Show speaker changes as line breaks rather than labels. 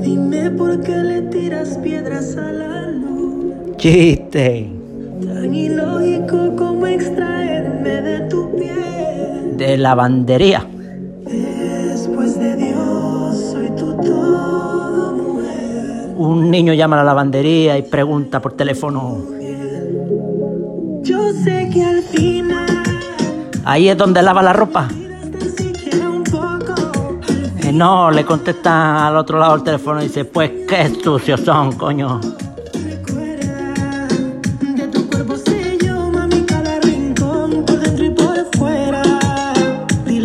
Dime por qué le tiras piedras a la luz.
Chiste.
Tan ilógico como extraerme de tu piel.
De lavandería.
Después de Dios, soy tu todo, mujer.
Un niño llama a la lavandería y pregunta por teléfono.
Yo sé que al final
Ahí es donde lava la ropa.
tiras tan siquiera un poco.
Eh, no, le contesta al otro lado del teléfono y dice, pues qué sucios son, coño.